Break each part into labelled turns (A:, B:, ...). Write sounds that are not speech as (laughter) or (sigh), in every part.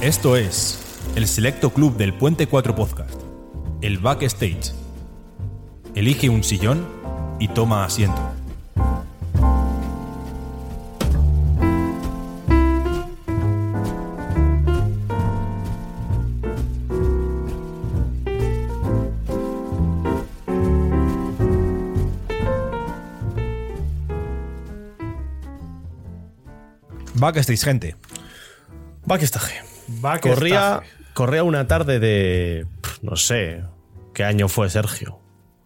A: Esto es el Selecto Club del Puente 4 Podcast, el Backstage. Elige un sillón y toma asiento. Backstage, gente.
B: Backestaje.
C: Backstaff.
B: Corría, corría una tarde de. pff, No sé. ¿Qué año fue Sergio?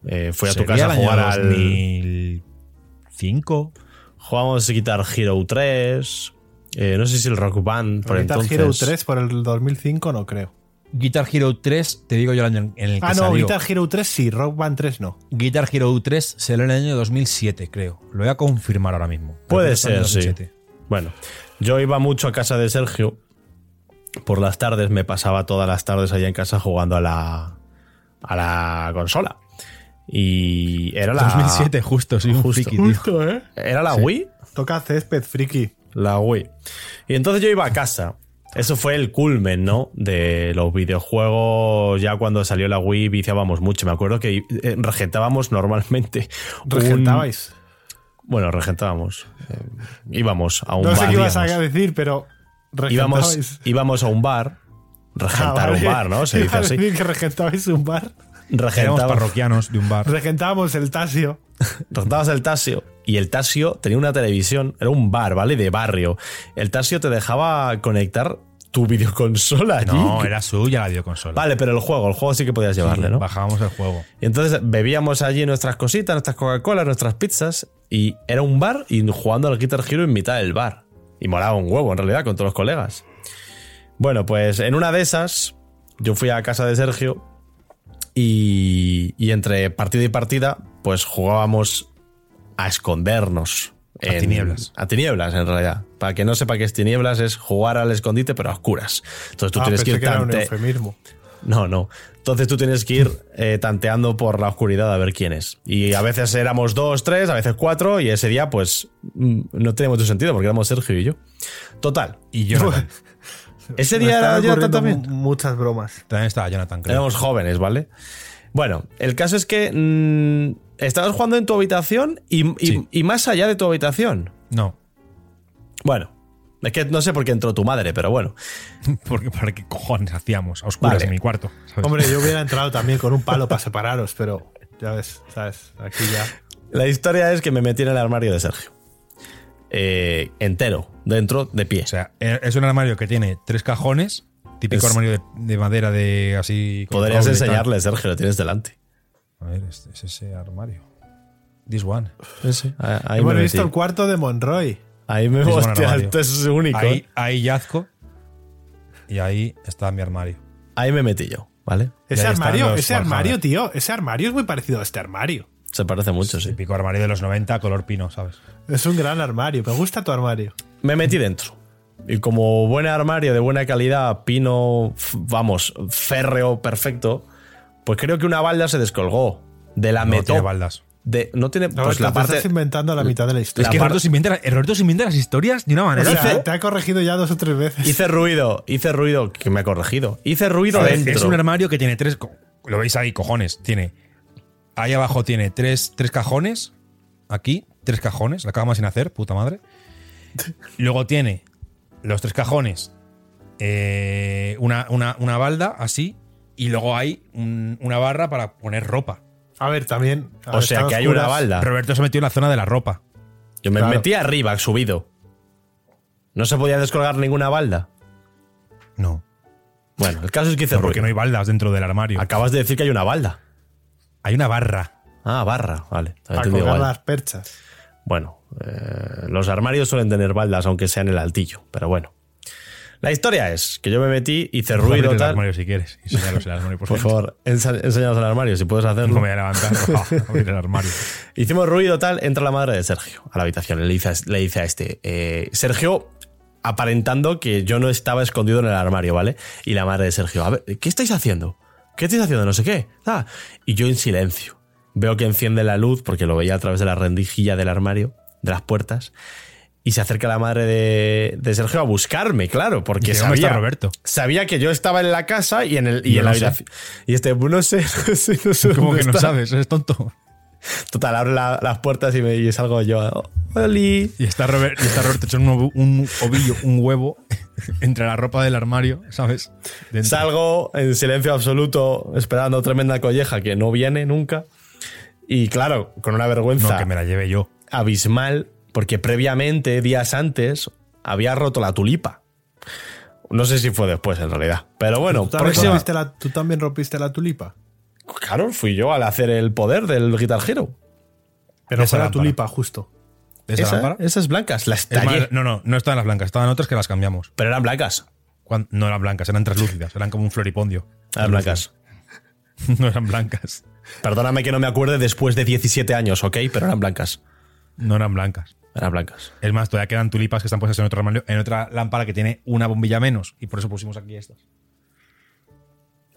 B: Eh, fui a tu
A: Sería el
B: casa a
A: año
B: jugar al.
A: 2005.
B: Jugamos Guitar Hero 3. eh, no sé si el Rock Band por
C: Guitar
B: entonces.
C: Hero 3 por el 2005 no creo.
A: Guitar Hero 3, te digo yo el año en el que
C: Ah, no,
A: salió.
C: Guitar Hero 3 sí, Rock Band 3 no.
A: Guitar Hero 3 salió en el año 2007, creo. Lo voy a confirmar ahora mismo.
B: Puede
A: Creo que fue en
B: ser, sí.
A: 2007.
B: Bueno, yo iba mucho a casa de Sergio. Por las tardes me pasaba todas las tardes allá en casa jugando a la, a la consola. Y era la
A: 2007, justo, soy un friki,
B: (laughs)
A: tío.
C: ¿eh?
B: Era la Wii,
C: Toca césped, friki.
B: La Wii. Y entonces yo iba a casa. Eso fue el culmen, ¿no? De los videojuegos. Ya cuando salió la Wii viciábamos mucho. Me acuerdo que eh, regentábamos normalmente. un-
C: Regentabais.
B: Bueno, regentábamos. Eh, íbamos a un
C: No sé
B: bar.
C: qué ibas a
B: digamos.
C: decir, pero regentabais.
B: íbamos, íbamos a un bar.
C: Ah,
B: Regentar
C: vale.
B: un bar, ¿no? Se
C: Iba
B: dice
C: a
B: así.
C: decir que regentabais un bar.
A: Éramos
B: Regentábamos,
A: parroquianos de un bar.
C: Regentábamos el Tasio.
B: Regentabas el Tasio y el Tasio tenía una televisión, era un bar, ¿vale? De barrio. El Tasio te dejaba conectar tu videoconsola allí.
A: No, era suya la videoconsola.
B: Vale, pero el juego, el juego sí que podías llevarle, ¿no?
A: Bajábamos el juego.
B: Y entonces bebíamos allí nuestras cositas, nuestras Coca-Cola, nuestras pizzas, y era un bar y jugando al Guitar Hero en mitad del bar. Y molaba un huevo, en realidad, con todos los colegas. Bueno, pues en una de esas, yo fui a casa de Sergio y, y entre partida y partida, pues jugábamos a escondernos.
A: A tinieblas.
B: A tinieblas, en realidad. Para que no sepa qué es tinieblas, es jugar al escondite, pero a oscuras. Entonces tú
C: ah,
B: tienes
C: pensé
B: que ir
C: que era un
B: tante-
C: eufemismo.
B: no, no. Entonces tú tienes que ir eh, tanteando por la oscuridad a ver quién es. Y a veces éramos dos, tres, a veces cuatro, y ese día, pues, mm, no tenía mucho sentido porque éramos Sergio y yo. Total.
A: Y Jonathan.
B: Ese
C: Me
B: día
C: están
B: era Jonathan
C: ocurriendo
B: también.
C: mu- Muchas bromas.
A: También estaba Jonathan, creo.
B: Éramos jóvenes, ¿vale? Bueno, el caso es que mm, estabas jugando en tu habitación y, y-
A: Sí.
B: y más allá de tu habitación.
A: No. (laughs)
B: Bueno, es que no sé por qué entró tu madre, pero bueno.
A: Porque, ¿Para qué cojones hacíamos? A oscuras
B: Vale.
A: en mi cuarto. ¿sabes?
C: Hombre, yo hubiera entrado también con un palo para separaros, pero ya ves, ¿sabes? Aquí ya.
B: La historia es que me metí en el armario de Sergio. Eh, entero, dentro, de pie.
A: O sea, e- es un armario que tiene tres cajones, típico
B: Es-
A: armario de, de madera de así. con
B: Podrías
A: roble y tal.
B: enseñarle, Sergio, lo tienes delante.
A: A ver, este es ese armario. This one.
B: Ah, Ahí
C: Hemos
B: me
C: visto el
B: metí.
C: cuarto de Monroy.
B: Ahí me
A: Es buen
B: hostia,
A: armario.
B: esto es único.
A: Ahí,
B: ¿eh?
A: ahí yazco y ahí está mi armario.
B: Ahí me metí yo, ¿vale?
C: Ese
A: ahí están
C: armario,
A: los
C: ese
A: Warhammer.
C: armario, tío. Ese armario es muy parecido a este armario.
B: Se parece mucho, sí.
A: Típico armario de los 90, color pino, ¿sabes?
C: Es un gran armario. Me gusta tu armario.
B: Me metí dentro. Y como buen armario de buena calidad, pino, f- vamos, férreo, perfecto, pues creo que una balda se descolgó de la
A: No
B: metó.
A: tiene baldas.
B: De, no tiene.
C: No,
B: pues
C: te-
B: la
C: te
B: parte.
C: estás inventando la mitad de la
A: Es
C: historia. ¿eh?
B: La
A: que
B: par-
A: Roberto se, inventa, eh, Roberto se inventa las historias de una
C: O
A: manera.
C: sea,
B: hice-
C: te ha corregido ya dos o tres veces.
B: Hice ruido, hice ruido, que me ha corregido. Hice ruido
A: Es-
B: dentro.
A: Es un armario que tiene tres. co- Lo veis ahí, cojones. Tiene. Ahí abajo tiene tres, tres cajones. Aquí, tres cajones. La cama sin hacer, puta madre. Luego tiene los tres cajones. eh, una, una- una balda, así. Y luego hay un- una barra para poner ropa.
C: A ver, también. a
B: o
C: ver,
B: sea,
C: están
B: que hay una
C: oscuras.
B: balda.
A: Roberto se metió en la zona de la ropa.
B: Yo me
C: Claro.
B: metí arriba, subido. No se podía descolgar ninguna balda.
A: No.
B: Bueno, el caso es que hice
A: Porque
B: ruido.
A: no hay baldas dentro del armario.
B: Acabas de decir que hay una balda.
A: Hay una barra.
B: Ah, barra, vale. te he
C: Para
B: entendido
C: colgar
B: balda.
C: las perchas.
B: Bueno, eh, los armarios suelen tener baldas, aunque sea en el altillo, pero bueno. La historia es que yo me metí, hice ruido,
A: Ábrete el
B: tal.
A: armario si quieres. Enséñalos el armario, por,
B: Por
A: favor.
B: favor, ensa- enséñanos el armario, si puedes
A: No
B: hacerlo.
A: me voy a levantar. (laughs) Abrir el armario.
B: Hicimos ruido, tal, entra la madre de Sergio a la habitación. Le dice a, le dice a este, eh, Sergio, aparentando que yo no estaba escondido en el armario, ¿vale? Y la madre de Sergio, a ver, ¿qué estáis haciendo? ¿Qué estáis haciendo? No sé qué. Ah, Y yo en silencio. Veo que enciende la luz, porque lo veía a través de la rendijilla del armario, de las puertas. Y se acerca la madre de, de Sergio a buscarme, claro, porque
A: Dice,
B: sabía,
A: "¿Dónde está Roberto?"
B: sabía que yo estaba en la casa y en, el, y
A: Yo
B: en
A: no
B: la
A: sé.
B: habitación. Y este, no sé, (laughs) no sé,
A: (laughs)
B: no sé.
A: Como
B: dónde
A: que no
B: está".
A: sabes, eres tonto.
B: Total, abre la- las puertas y, me, y salgo yo. "Oh, Oli.
A: Y está, Robert- y está Roberto echando un, ovu- un ovillo, un huevo, entre la ropa del armario, ¿sabes? Dentro.
B: Salgo en silencio absoluto, esperando tremenda colleja que no viene nunca. Y claro, con una vergüenza
A: No, que me la lleve yo.
B: abismal, porque previamente, días antes, había roto la tulipa. No sé si fue después, en realidad. Pero bueno,
C: ¿Tú también,
B: próxima-
C: rompiste la, tú también rompiste la tulipa.
B: Claro, fui yo al hacer el poder del Guitar Hero.
C: Pero
A: Esa
C: fue la
A: lámpara.
C: tulipa, justo.
A: ¿Esa, lámpara?
B: esas blancas, las
A: Es
B: tallé.
A: más, no, no, no estaban las blancas, estaban otras que las cambiamos.
B: Pero eran blancas.
A: Cuan- no eran blancas, eran translúcidas, eran como un floripondio.
C: Ah,
B: Eran blancas.
A: (laughs) No eran blancas.
B: Perdóname que no me acuerde después de 17 años, ¿ok? Pero eran blancas.
A: No eran blancas.
B: Eran blancas.
A: Es más, todavía quedan tulipas que están puestas en otro armario, en otra lámpara que tiene una bombilla menos. Y por eso pusimos aquí estas.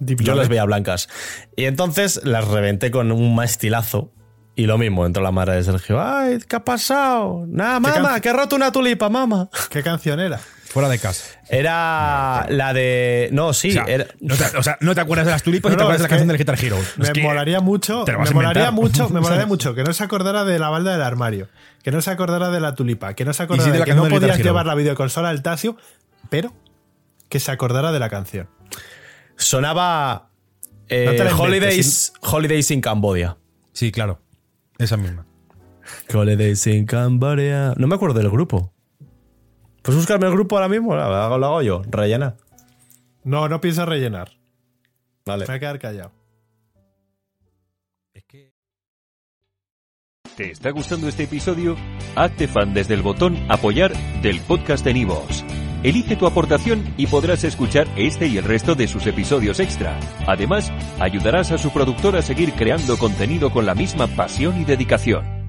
C: Deep
B: Yo las
C: Love.
B: veía blancas. Y entonces las reventé con un maestilazo. Y lo mismo, entró la madre de Sergio. ¡Ay, qué ha pasado! Nada, mamá,
C: canso-
B: que he roto una tulipa, mamá.
C: ¿Qué canción era?
A: Fuera de casa.
B: Era la de. No, sí.
A: O sea,
B: era-
A: no te, o sea, no te acuerdas de las tulipas
C: No,
A: y te
C: no,
A: acuerdas
C: es
A: de la canción
C: que
A: del Guitar Hero. Es
C: Me
A: que
C: molaría mucho,
A: te
C: me
A: la vas a
C: molaría
A: inventar.
C: mucho,
A: (laughs)
C: me molaría mucho que no se acordara de la balda del armario, que no se acordara de la tulipa, que no se acordara
A: sí de
C: de,
A: la
C: que
A: canción
C: no
A: del Guitar
C: podías
A: Hero.
C: llevar la videoconsola al Tasio, pero que se acordara de la canción.
B: Sonaba. eh,
C: No te la inventes,
B: holidays, holidays in Cambodia.
A: Sí, claro. Esa misma.
B: Holidays in Cambodia. No me acuerdo del grupo. Pues buscarme el grupo ahora mismo. Lo hago, lo hago yo. Rellena.
C: No, no pienso rellenar.
B: Vale.
C: Me voy a quedar callado.
A: Es que.
D: ¿Te está gustando este episodio? Hazte fan desde el botón Apoyar del podcast de Nivos. Elige tu aportación y podrás escuchar este y el resto de sus episodios extra. Además, ayudarás a su productor a seguir creando contenido con la misma pasión y dedicación.